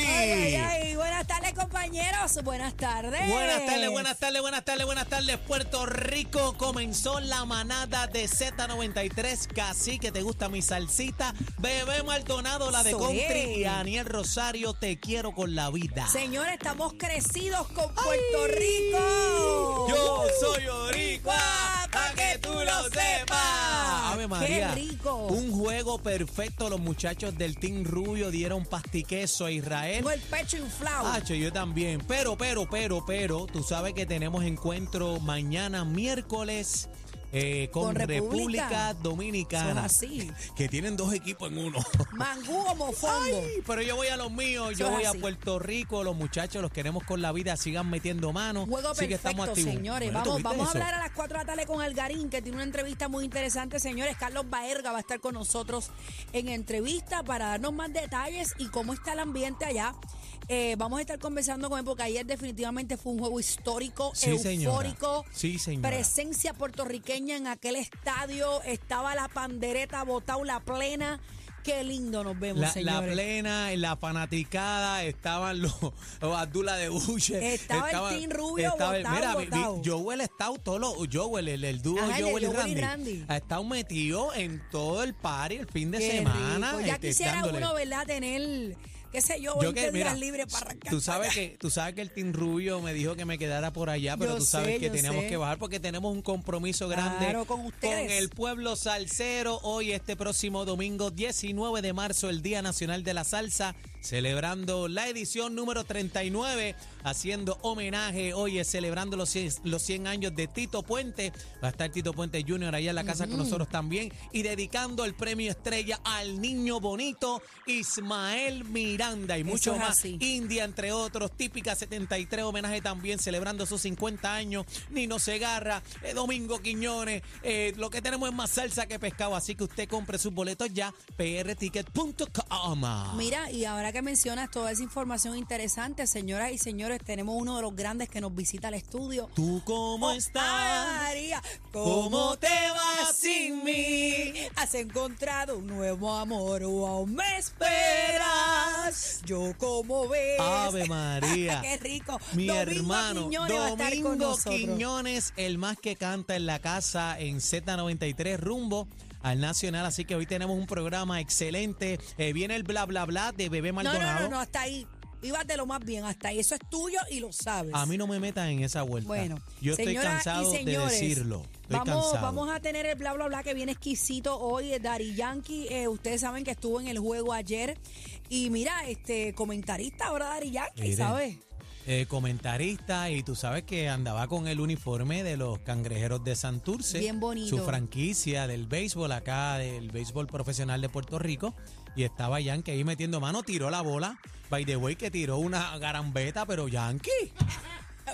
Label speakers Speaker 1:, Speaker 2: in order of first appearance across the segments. Speaker 1: Ay, ay, ay. Buenas tardes, compañeros. Buenas tardes.
Speaker 2: Buenas tardes, buenas tardes, buenas tardes, buenas tardes. Puerto Rico comenzó la manada de Z93. Casi que te gusta mi salsita. Bebé Maldonado, la de
Speaker 1: Soy.
Speaker 2: Country. Y Aniel Rosario, te quiero con la vida.
Speaker 1: Señores, estamos crecidos con Puerto Rico.
Speaker 2: Yo soy Oricua, para que tú lo sepas. Ave
Speaker 1: Qué
Speaker 2: María.
Speaker 1: rico.
Speaker 2: Un juego perfecto. Los muchachos del Team Rubio dieron pastiqueso a Israel.
Speaker 1: Tengo el pecho inflado.
Speaker 2: Hacho, yo también. Pero, pero, pero, pero, tú sabes que tenemos encuentro mañana miércoles eh, con,
Speaker 1: Con República.
Speaker 2: República, Dominicana.
Speaker 1: Son así.
Speaker 2: Que tienen dos equipos en uno.
Speaker 1: Mangú o mofongo.
Speaker 2: Ay, pero yo voy a los míos, yo
Speaker 1: Son
Speaker 2: voy
Speaker 1: así.
Speaker 2: a Puerto Rico, los muchachos los queremos con la vida, sigan metiendo manos.
Speaker 1: Juego
Speaker 2: así que estamos
Speaker 1: perfecto,
Speaker 2: activos.
Speaker 1: señores.
Speaker 2: Bueno, ¿tú
Speaker 1: Vamos,
Speaker 2: viste
Speaker 1: vamos a
Speaker 2: eso?
Speaker 1: hablar a las 4 de la tarde con Algarín, que tiene una entrevista muy interesante, señores. Carlos Baerga va a estar con nosotros en entrevista para darnos más detalles y cómo está el ambiente allá. Eh, vamos a estar conversando con él porque ayer definitivamente fue un juego histórico,
Speaker 2: Sí, señora.
Speaker 1: eufórico.
Speaker 2: Sí, señora.
Speaker 1: Presencia puertorriqueña en aquel estadio. Estaba la pandereta botada, la plena. Qué lindo nos vemos,
Speaker 2: La, la
Speaker 1: señores.
Speaker 2: plena, la fanaticada, estaban los, los Abdullah de Buche.
Speaker 1: Estaba el Team Rubio botado,
Speaker 2: mira, vi- vi-
Speaker 1: botado.
Speaker 2: Joel está todo lo, Joel, el, el dúo
Speaker 1: Ajá, el de
Speaker 2: Joel y
Speaker 1: Joel
Speaker 2: Randy,
Speaker 1: y Randy.
Speaker 2: Ha estado metido en todo el party el fin de
Speaker 1: Qué
Speaker 2: semana.
Speaker 1: rico. Ya
Speaker 2: este,
Speaker 1: quisiera
Speaker 2: dándole.
Speaker 1: uno, ¿verdad? Tener, qué sé yo,
Speaker 2: Yo
Speaker 1: 20
Speaker 2: que, mira,
Speaker 1: días libres para arrancar.
Speaker 2: tú sabes
Speaker 1: para
Speaker 2: que tú sabes que el Team Rubio me dijo que me quedara por allá, pero
Speaker 1: Yo
Speaker 2: tú sabes
Speaker 1: sé,
Speaker 2: que
Speaker 1: yo
Speaker 2: tenemos
Speaker 1: sé.
Speaker 2: que bajar porque tenemos un compromiso grande
Speaker 1: Claro, con ustedes.
Speaker 2: el pueblo salsero hoy este próximo domingo 19 de marzo el Día Nacional de la Salsa, celebrando la edición número 39, haciendo homenaje hoy es celebrando los 100, los 100 años de Tito Puente. Va a estar Tito Puente Jr. allá en la casa con nosotros también y dedicando el premio estrella al niño bonito Ismael Miranda y mucho
Speaker 1: es
Speaker 2: más.
Speaker 1: así.
Speaker 2: India, entre otros, típica 73, homenaje también, celebrando sus 50 años, Nino Segarra, eh, Domingo Quiñones, eh, lo que tenemos es más salsa que pescado, así que usted compre sus boletos ya, prticket.com.
Speaker 1: Mira, y ahora que mencionas toda esa información interesante, señoras y señores, tenemos uno de los grandes que nos visita al estudio.
Speaker 2: ¿Tú cómo
Speaker 1: Oh, ay,
Speaker 2: estás?
Speaker 1: María,
Speaker 2: ¿Cómo te vas sin mí?
Speaker 1: Has encontrado un nuevo amor o aún me esperas. Yo como ves.
Speaker 2: Ave María.
Speaker 1: Qué rico.
Speaker 2: Mi
Speaker 1: Domingo
Speaker 2: hermano
Speaker 1: Quiñones va a estar con
Speaker 2: Domingo
Speaker 1: nosotros.
Speaker 2: Quiñones, el más que canta en la casa en Z93 rumbo al Nacional, así que hoy tenemos un programa excelente. Eh, viene el bla bla bla de Bebé
Speaker 1: No, no,
Speaker 2: Maldonado.
Speaker 1: no, no, hasta ahí. Vívatelo más bien, hasta ahí. Eso es tuyo y lo sabes.
Speaker 2: A mí no me metan en esa vuelta.
Speaker 1: Bueno,
Speaker 2: yo estoy
Speaker 1: señoras y
Speaker 2: cansado
Speaker 1: señores,
Speaker 2: de decirlo. Estoy
Speaker 1: vamos,
Speaker 2: cansado.
Speaker 1: vamos a tener el bla bla bla que viene exquisito hoy. Dari Yankee, eh, ustedes saben que estuvo en el juego ayer. Y mira, este comentarista ahora Dari Yankee,
Speaker 2: Miren,
Speaker 1: ¿sabes?
Speaker 2: eh, comentarista y tú sabes que andaba con el uniforme de los cangrejeros de Santurce.
Speaker 1: Bien bonito.
Speaker 2: Su franquicia del béisbol acá, del béisbol profesional de Puerto Rico. Y estaba Yankee ahí metiendo mano, tiró la bola. By the way, que tiró una garambeta, pero Yankee.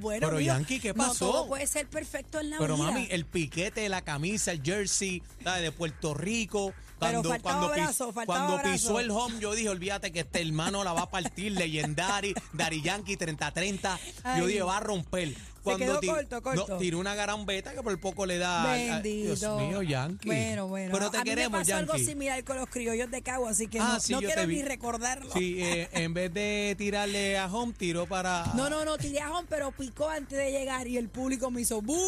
Speaker 1: Bueno,
Speaker 2: pero
Speaker 1: mío,
Speaker 2: Yankee, ¿qué
Speaker 1: No
Speaker 2: pasó?
Speaker 1: todo puede ser perfecto en la
Speaker 2: Pero
Speaker 1: vida.
Speaker 2: mami, el piquete, la camisa, el jersey ¿sabes? de Puerto Rico.
Speaker 1: Pero
Speaker 2: Cuando,
Speaker 1: faltaba
Speaker 2: cuando, pis-
Speaker 1: abrazo, faltaba
Speaker 2: cuando
Speaker 1: abrazo.
Speaker 2: pisó el home, yo dije, olvídate que este hermano la va a partir, legendary, Dari Yankee 30-30.
Speaker 1: Ay.
Speaker 2: Yo dije, va a romper. Cuando
Speaker 1: quedó
Speaker 2: ti-
Speaker 1: corto, corto.
Speaker 2: no, tiró una garambeta que por poco le da. al- al-
Speaker 1: Bendito.
Speaker 2: ah, Dios mío, Yankee.
Speaker 1: Bueno, bueno.
Speaker 2: Pero te
Speaker 1: a mí
Speaker 2: queremos,
Speaker 1: me pasó
Speaker 2: Yankee.
Speaker 1: algo similar con los criollos de Cabo, así que
Speaker 2: Ah,
Speaker 1: no,
Speaker 2: sí,
Speaker 1: no
Speaker 2: yo te
Speaker 1: quiero
Speaker 2: vi.
Speaker 1: ni recordarlo.
Speaker 2: Sí, eh, en vez de tirarle a home, tiró para.
Speaker 1: No, no, no, tiré a home, pero picó antes de llegar y el público me hizo ¡Bú!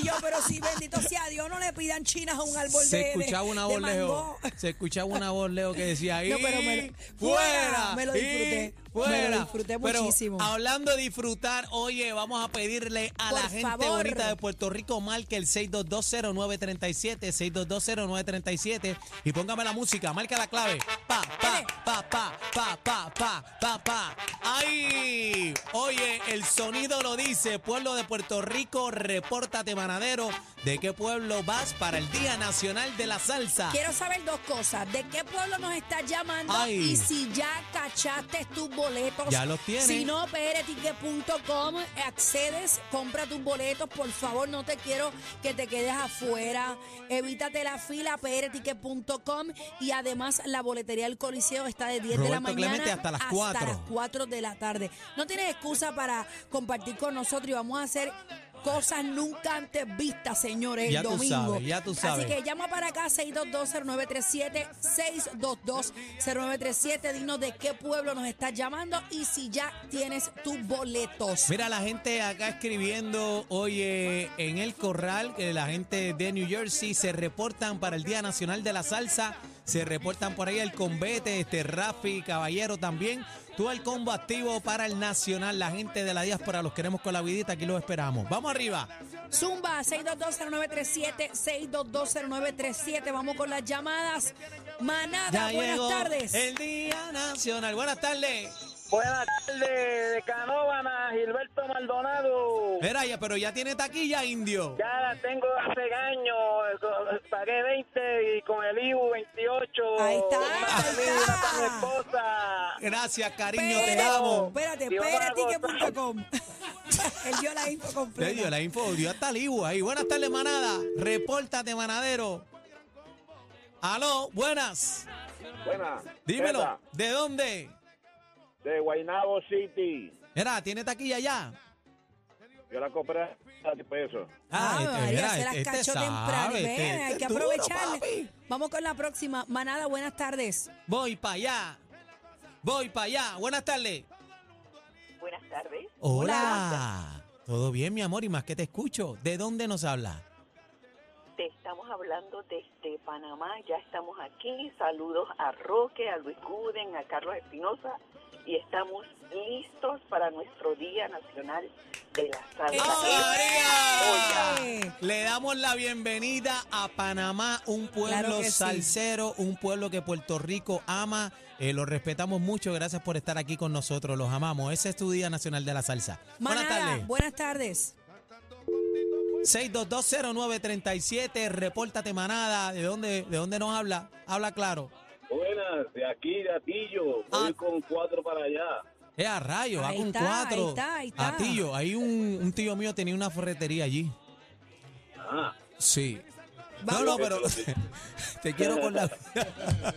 Speaker 1: Y yo, pero sí, bendito sea Dios, no le pidan chinas a un árbol de
Speaker 2: Se escuchaba una
Speaker 1: de
Speaker 2: voz lejos.
Speaker 1: mango.
Speaker 2: Se escuchaba una voz lejos que decía ahí.
Speaker 1: No, pero me lo- fuera,
Speaker 2: fuera.
Speaker 1: me lo
Speaker 2: y
Speaker 1: disfruté,
Speaker 2: Fuera.
Speaker 1: me lo disfruté
Speaker 2: Pero
Speaker 1: muchísimo.
Speaker 2: hablando de disfrutar, oye, vamos a pedirle a la
Speaker 1: Por
Speaker 2: gente
Speaker 1: favor.
Speaker 2: bonita de Puerto Rico marque el 6220937, 6220937 y póngame la música, marca la clave. Pa, pa, pa, pa. pa, pa, pa, pa, pa. ¡Ay! Oye, el sonido lo dice. Pueblo de Puerto Rico, repórtate, manadero. ¿De qué pueblo vas para el Día Nacional de la Salsa?
Speaker 1: Quiero saber dos cosas. ¿De qué pueblo nos estás llamando?
Speaker 2: Ay.
Speaker 1: Y si ya cachaste tus boletos.
Speaker 2: Ya los tienes.
Speaker 1: Si no, prticket.com, accedes, compra tus boletos. Por favor, no te quiero que te quedes afuera. Evítate la fila, prticket.com. Y además, la boletería del Coliseo está de 10 de la
Speaker 2: Roberto
Speaker 1: mañana
Speaker 2: Clemente, hasta las cuatro.
Speaker 1: las 4 de la tarde. No tienes excusa para compartir con nosotros y vamos a hacer cosas nunca antes vistas, señores, el
Speaker 2: Ya tú
Speaker 1: domingo.
Speaker 2: sabes, ya tú sabes.
Speaker 1: Así que llama para acá 622-0937, 622-0937, dinos de qué pueblo nos estás llamando y si ya tienes tus boletos.
Speaker 2: Mira, la gente acá escribiendo, oye, en el corral, que la gente de New Jersey se reportan para el Día Nacional de la Salsa, se reportan por ahí el combate, este Rafi, Caballero también, tú el combo activo para el Nacional, la gente de la diáspora, los queremos con la vidita, aquí los esperamos. Vamos arriba.
Speaker 1: Zumba 6220937, 6220937, vamos con las llamadas. Manada, buenas
Speaker 2: llegó
Speaker 1: tardes.
Speaker 2: El Día Nacional, buenas tardes.
Speaker 3: Buenas tardes, de Canóvana, Gilberto Maldonado.
Speaker 2: Mira, ya, pero ya tiene taquilla, indio.
Speaker 3: Ya la tengo hace años, eh, pagué 20 y con el IBU 28.
Speaker 1: Ahí está,
Speaker 3: Una
Speaker 1: ahí
Speaker 3: para mí,
Speaker 1: está.
Speaker 3: una para mi esposa.
Speaker 2: Gracias, cariño, te
Speaker 1: Espérate,
Speaker 2: amo.
Speaker 1: Espérate,
Speaker 3: Dios
Speaker 1: espérate,
Speaker 3: mío,
Speaker 1: ticket.com. Él dio la info completa.
Speaker 2: Le dio la info, dio hasta el Ibu ahí. Buenas tardes, manada. Repórtate, manadero. Aló, buenas.
Speaker 4: Buena.
Speaker 2: Dímelo,
Speaker 4: Zeta,
Speaker 2: ¿de dónde?
Speaker 4: De Guaynabo City.
Speaker 2: Era, ¿tiene taquilla ya?
Speaker 4: Yo la compré a 10 pesos.
Speaker 1: Ah, María,
Speaker 2: este, mira,
Speaker 1: se las cachó temprano.
Speaker 2: sabe,
Speaker 1: Ven,
Speaker 2: este-
Speaker 1: hay
Speaker 2: este
Speaker 1: que
Speaker 2: es duro,
Speaker 1: aprovechar.
Speaker 2: papi.
Speaker 1: Vamos con la próxima. Manada, buenas tardes.
Speaker 2: Voy para allá. Voy para allá. Buenas tardes.
Speaker 5: Buenas tardes.
Speaker 2: Hola. ¿Todo bien, mi amor? Y más que te escucho. ¿De dónde nos habla?
Speaker 5: Te estamos hablando desde Panamá. Ya estamos aquí. Saludos a Roque, a Luis Guden, a Carlos Espinosa. Y estamos listos para nuestro Día Nacional de la Salsa.
Speaker 2: ¡Vamos, María!
Speaker 1: Oye.
Speaker 2: Le damos la bienvenida a Panamá, un pueblo
Speaker 1: Claro que sí.
Speaker 2: salsero, un pueblo que Puerto Rico ama. Eh, lo respetamos mucho. Gracias por estar aquí con nosotros. Los amamos. Ese es tu Día Nacional de la Salsa. Buenas
Speaker 1: Manada,
Speaker 2: tardes.
Speaker 1: buenas tardes.
Speaker 2: 6220937. Repórtate, Manada. ¿De dónde, ¿De dónde nos habla? Habla claro.
Speaker 4: Buenas, de aquí, de Atillo.
Speaker 2: Ah.
Speaker 4: Voy con cuatro para allá.
Speaker 2: Es a rayo, va
Speaker 1: Ahí
Speaker 2: con
Speaker 1: está,
Speaker 2: cuatro.
Speaker 1: ahí está, ahí está.
Speaker 2: A tío, ahí un, un tío mío tenía una ferretería allí.
Speaker 4: Ah,
Speaker 2: Sí. No, no, pero te quiero con la...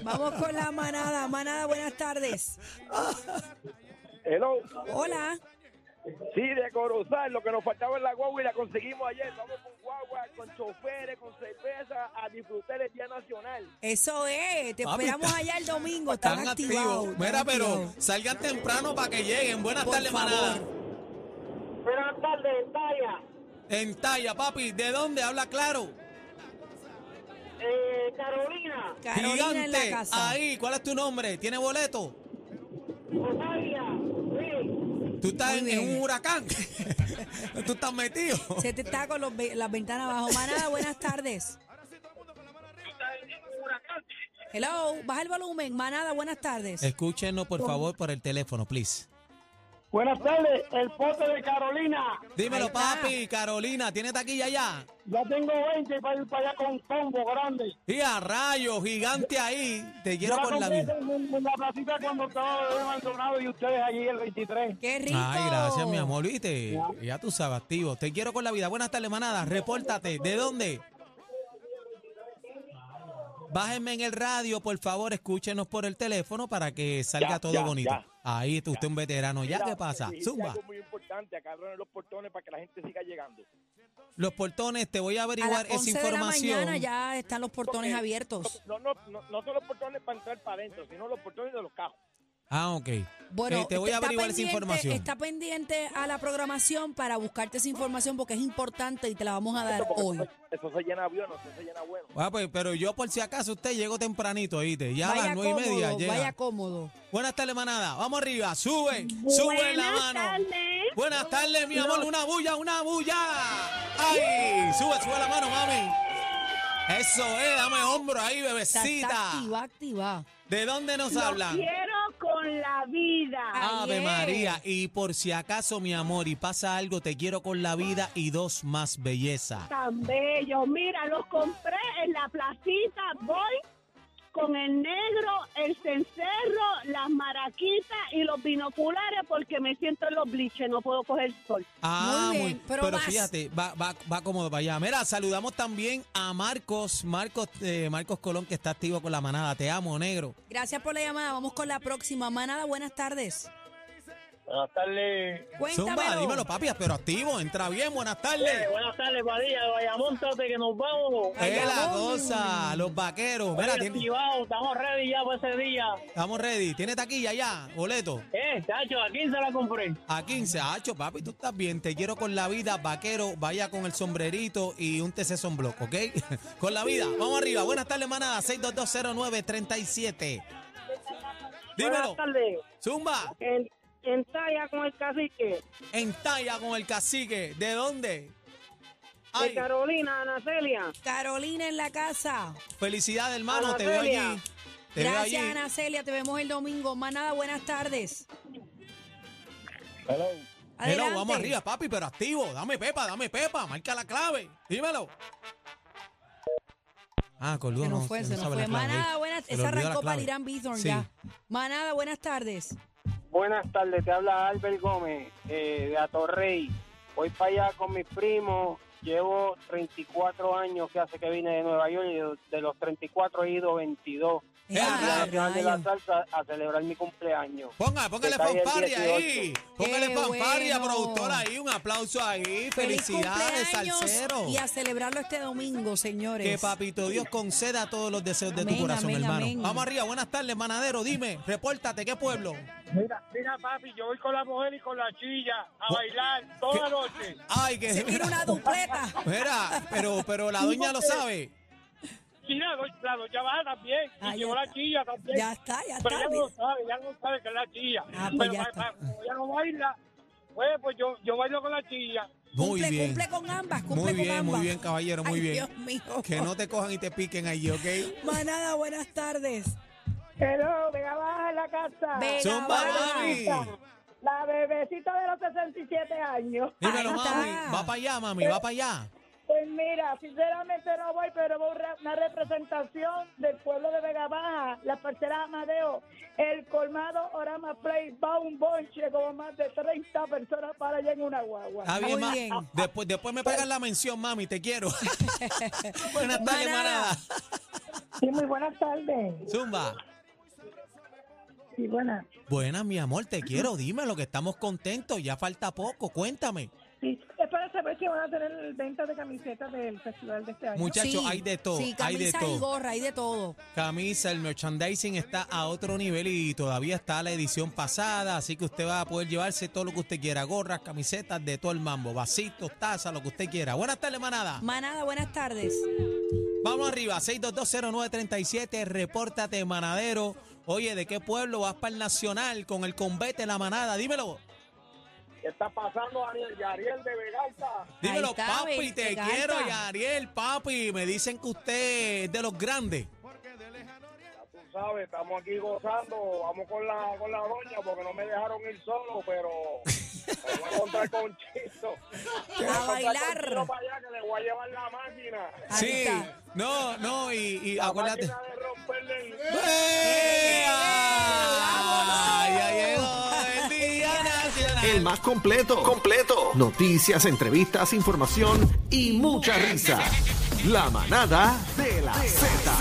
Speaker 1: Vamos con la manada. Manada, buenas tardes.
Speaker 6: Hello.
Speaker 1: Hola.
Speaker 6: Sí, de Corozal, lo que nos faltaba en la guagua y la conseguimos ayer. Vamos con guagua, con choferes, con cerveza, a disfrutar el Día Nacional.
Speaker 1: Eso es. Te
Speaker 2: Papi,
Speaker 1: esperamos
Speaker 2: está-
Speaker 1: allá el domingo. Están,
Speaker 2: Están
Speaker 1: activados.
Speaker 2: activos.
Speaker 1: están
Speaker 2: Mira, pero
Speaker 1: activados.
Speaker 2: salgan temprano para que lleguen. Buenas
Speaker 1: Por
Speaker 2: tardes, manada.
Speaker 1: favor.
Speaker 3: Buenas tardes, Taya,
Speaker 2: En talla, papi. ¿De dónde? Habla claro.
Speaker 3: eh, Carolina,
Speaker 1: Carolina en la
Speaker 2: Gigante.
Speaker 1: casa.
Speaker 2: Ahí. ¿Cuál es tu nombre? ¿Tiene boleto?
Speaker 3: Natalia, Luis,
Speaker 2: ¿Tú estás
Speaker 1: Muy
Speaker 2: en,
Speaker 1: bien.
Speaker 2: en un huracán? ¿Tú estás metido?
Speaker 1: Se te está con los ve- las ventanas abajo. Manada, buenas tardes. Hello, baja el volumen. Manada, buenas tardes.
Speaker 2: Escúchenos, por favor, por el teléfono, please.
Speaker 3: Buenas tardes, el pote de Carolina.
Speaker 2: Dímelo,
Speaker 1: Ahí está.
Speaker 2: papi. Carolina, ¿tiene taquilla ya?
Speaker 3: Ya tengo 20 para ir para allá con combo grande.
Speaker 2: Y a rayos, gigante ahí. Te
Speaker 3: Yo
Speaker 2: quiero con la
Speaker 3: compré
Speaker 2: vida.
Speaker 3: en- en la placita cuando estaba de Maldonado y ustedes allí el 23.
Speaker 1: Qué rico.
Speaker 2: Ay, gracias, mi amor. ¿Viste? Ya tú sabes, activo. Te quiero con la vida. Buenas tardes, manada. Repórtate. ¿De dónde? Bájenme en el radio, por favor, escúchenos por el teléfono para que salga
Speaker 6: Ya,
Speaker 2: todo
Speaker 6: ya,
Speaker 2: bonito.
Speaker 6: ya.
Speaker 2: Ahí está usted un veterano. ¿Ya
Speaker 6: Mira,
Speaker 2: qué pasa?
Speaker 6: dijiste
Speaker 2: Zumba.
Speaker 6: algo muy importante, acá abren los portones para que la gente siga llegando.
Speaker 2: Los portones, te voy a
Speaker 1: A las
Speaker 2: averiguar
Speaker 1: 11
Speaker 2: esa
Speaker 1: de la
Speaker 2: información.
Speaker 1: mañana ya están los portones
Speaker 6: Ok.
Speaker 1: abiertos.
Speaker 6: No, no, no, no son los portones para entrar para adentro, sino los portones de los cajos.
Speaker 2: Ah, ok.
Speaker 1: Bueno,
Speaker 2: Eh, te voy a
Speaker 1: está
Speaker 2: averiguar esa
Speaker 1: pendiente-
Speaker 2: información.
Speaker 1: Está pendiente a la programación para buscarte esa información porque es importante y te la vamos a dar
Speaker 6: Eso, porque
Speaker 1: hoy.
Speaker 4: pues,
Speaker 6: eso- Eso se llena avión, eso se llena bueno.
Speaker 2: Ah, pues, pero yo, por si acaso, usted llegó tempranito, ¿oíste? Ya a
Speaker 1: vaya
Speaker 2: las nueve y
Speaker 1: cómodo,
Speaker 2: media llega.
Speaker 1: vaya cómodo.
Speaker 2: Buenas tardes, manada. Vamos arriba. Sube, sube la mano. Buenas tardes, mi amor. Una bulla, una bulla. ¡Ay! Sube, sube la mano, mami. Eso es, dame hombro ahí,
Speaker 1: Está, está
Speaker 2: bebecita.
Speaker 1: activa, activa.
Speaker 2: ¿De dónde nos hablan?
Speaker 7: Quiero con con la vida.
Speaker 2: Ave
Speaker 1: Ayer.
Speaker 2: María, y por si acaso, mi amor, y pasa algo, te quiero con la vida y dos más belleza.
Speaker 7: Tan bello. Mira, los compré en la placita. Voy con el negro, el cencerro, las maraquitas y los binoculares porque me siento en los bliches. No puedo coger sol.
Speaker 2: Ah,
Speaker 1: Muy bien, pero vas.
Speaker 2: fíjate, va, va, va cómodo para allá. Mira, saludamos también a Marcos, Marcos, eh, Marcos Colón, que está activo con la manada. Te amo, negro.
Speaker 1: Gracias por la llamada. Vamos con la próxima. Manada, buenas tardes.
Speaker 4: Buenas tardes.
Speaker 2: Zumba,
Speaker 1: Cuéntamelo.
Speaker 2: dímelo, papi, pero activo, entra bien, buenas
Speaker 3: Eh,
Speaker 2: tardes.
Speaker 4: buenas tardes, Padilla. Vaya, montate que nos vamos.
Speaker 2: Es la
Speaker 1: Bayamón.
Speaker 2: cosa, los vaqueros. Mira, tiene-
Speaker 4: Activado, estamos ready ya para ese día.
Speaker 2: estamos ready. ¿Tiene taquilla ya? Boleto.
Speaker 4: Eh, chacho, ¿a quién se la compré?
Speaker 2: A 15, hacho, papi, tú estás bien. Te quiero con la vida, vaquero. Vaya con el sombrerito y un TC son block, ¿ok? con la vida. Vamos arriba. Buenas tardes, manada. 6220937. Dímelo.
Speaker 7: tardes.
Speaker 2: Zumba.
Speaker 7: En, en talla con el cacique.
Speaker 2: En talla con el cacique. ¿De dónde?
Speaker 7: De
Speaker 2: Ay,
Speaker 7: Carolina, Ana Celia.
Speaker 1: Carolina en la casa.
Speaker 2: felicidades, hermano.
Speaker 7: Ana
Speaker 2: Te veo
Speaker 7: Celia.
Speaker 2: allí. Te veo allí.
Speaker 1: Gracias, Ana Celia. Te vemos el domingo. Manada, buenas tardes.
Speaker 4: Hello.
Speaker 2: Hello,
Speaker 1: Adelante.
Speaker 2: vamos arriba, papi, pero activo. Dame pepa, dame pepa. Marca la clave. Dímelo. Ah, colgó.
Speaker 1: Se nos fue, se nos fue. Manada, buenas.
Speaker 2: tardes.
Speaker 1: Esa arrancó para Irán Bithorn
Speaker 2: Sí.
Speaker 1: ya. Manada, buenas tardes.
Speaker 3: Buenas tardes, te habla Albert Gómez eh, de Atorrey. Voy para allá con mis primos. Llevo 34 años que hace que vine de Nueva York y de- de los 34 he ido 22
Speaker 2: Eh,
Speaker 1: Ah,
Speaker 3: al Día Nacional de la
Speaker 1: rayos.
Speaker 3: Salsa a celebrar mi cumpleaños.
Speaker 2: Ponga, póngale
Speaker 3: Detalle el
Speaker 2: fanfarria ahí.
Speaker 3: 18.
Speaker 2: Póngale
Speaker 1: Qué
Speaker 2: fanfarria,
Speaker 1: bueno.
Speaker 2: productora ahí. Un aplauso ahí.
Speaker 1: Feliz
Speaker 2: Felicidades,
Speaker 1: cumpleaños
Speaker 2: salsero.
Speaker 1: Y a celebrarlo este domingo, señores.
Speaker 2: Que papito Dios conceda todos los deseos de
Speaker 1: Amén,
Speaker 2: tu corazón,
Speaker 1: amén,
Speaker 2: hermano.
Speaker 1: amén.
Speaker 2: Vamos arriba, buenas tardes, manadero. Dime, repórtate, ¿qué pueblo?
Speaker 4: Mira, mira, papi, yo voy con la mujer y con la chilla a bailar toda la noche.
Speaker 2: Ay, que.
Speaker 1: Se tira una dupleta.
Speaker 2: Mira, pero, pero la doña lo sabe.
Speaker 4: Sí, la doy- la doña baja también.
Speaker 1: Ah, ya
Speaker 4: y llevó la
Speaker 1: está.
Speaker 4: chilla también.
Speaker 1: Ya está, ya
Speaker 4: Pero
Speaker 1: está.
Speaker 4: ella no sabe, ella no sabe que es la chilla.
Speaker 1: Ah, pues
Speaker 4: Pero
Speaker 1: ya
Speaker 4: pa-
Speaker 1: está.
Speaker 4: pa- como ella no baila, pues, pues yo, yo bailo con la chilla.
Speaker 2: Muy
Speaker 1: cumple,
Speaker 2: bien.
Speaker 1: cumple con ambas, cumple
Speaker 2: Muy
Speaker 1: con
Speaker 2: bien, muy
Speaker 1: ambas.
Speaker 2: bien, caballero, muy
Speaker 1: Ay,
Speaker 2: bien.
Speaker 1: Dios mío.
Speaker 2: Que no te cojan y te piquen allí, ¿ok?
Speaker 1: Manada, buenas tardes.
Speaker 7: Hello, venga, baja en la casa.
Speaker 1: Venga,
Speaker 2: Zumba,
Speaker 1: baja.
Speaker 2: mami.
Speaker 7: La bebecita de los 67 años.
Speaker 2: Dímelo,
Speaker 1: Ahí está.
Speaker 2: mami. Va para allá, mami, va para allá.
Speaker 7: Pues mira, sinceramente no voy, pero voy a re- una representación del pueblo de Vega Baja, las parceras Amadeo, el colmado Orama Play, va un bonche como más de 30 personas para allá en una guagua.
Speaker 2: Está bien,
Speaker 1: Muy
Speaker 2: ma-
Speaker 1: bien.
Speaker 2: Después, después me pagan la mención, mami, te quiero. Buenas tardes, manada.
Speaker 7: Sí, muy buenas tardes.
Speaker 2: Zumba.
Speaker 7: Sí, buenas.
Speaker 2: Buenas, mi amor, te quiero. Dímelo, que estamos contentos. Ya falta poco. Cuéntame.
Speaker 7: Sí, es para saber que van a tener venta de camisetas del festival de este año.
Speaker 2: Muchachos,
Speaker 1: Sí,
Speaker 2: hay de todo.
Speaker 1: Sí,
Speaker 2: hay de
Speaker 1: camisa y
Speaker 2: todo.
Speaker 1: gorra, hay de todo.
Speaker 2: Camisa, el merchandising está a otro nivel y todavía está la edición pasada. Así que usted va a poder llevarse todo lo que usted quiera: gorras, camisetas, de todo el mambo, vasitos, tazas, lo que usted quiera. Buenas tardes, manada.
Speaker 1: Manada, buenas tardes.
Speaker 2: Vamos arriba, 6220937, repórtate manadero. Oye, ¿de qué pueblo vas para el Nacional con el combate la manada? Dímelo,
Speaker 4: ¿Qué está pasando, Ariel? Yariel de Vegalta.
Speaker 2: dímelo,
Speaker 1: Ahí está,
Speaker 2: papi,
Speaker 1: ve,
Speaker 2: te
Speaker 1: te
Speaker 2: quiero,
Speaker 1: gasta.
Speaker 2: Yariel, papi. Me dicen que usted es de los grandes.
Speaker 4: Ya tú sabes, estamos aquí gozando. Vamos con la, con la doña porque no me dejaron ir solo, pero me voy a encontrar con Chiso. Me voy
Speaker 1: A
Speaker 4: encontrar con
Speaker 1: bailar.
Speaker 4: Chiso para allá que le voy a llevar la máquina.
Speaker 1: Ahí
Speaker 2: sí,
Speaker 1: está.
Speaker 2: no, no, y, y
Speaker 4: La
Speaker 2: acuérdate.
Speaker 4: máquina de romperle el...
Speaker 2: ¡Eh! ¡Ah! Ya llegó el Día oh, Nacional.
Speaker 8: El más completo. Completo. Noticias, entrevistas, información y mucha risa. La manada de la Z.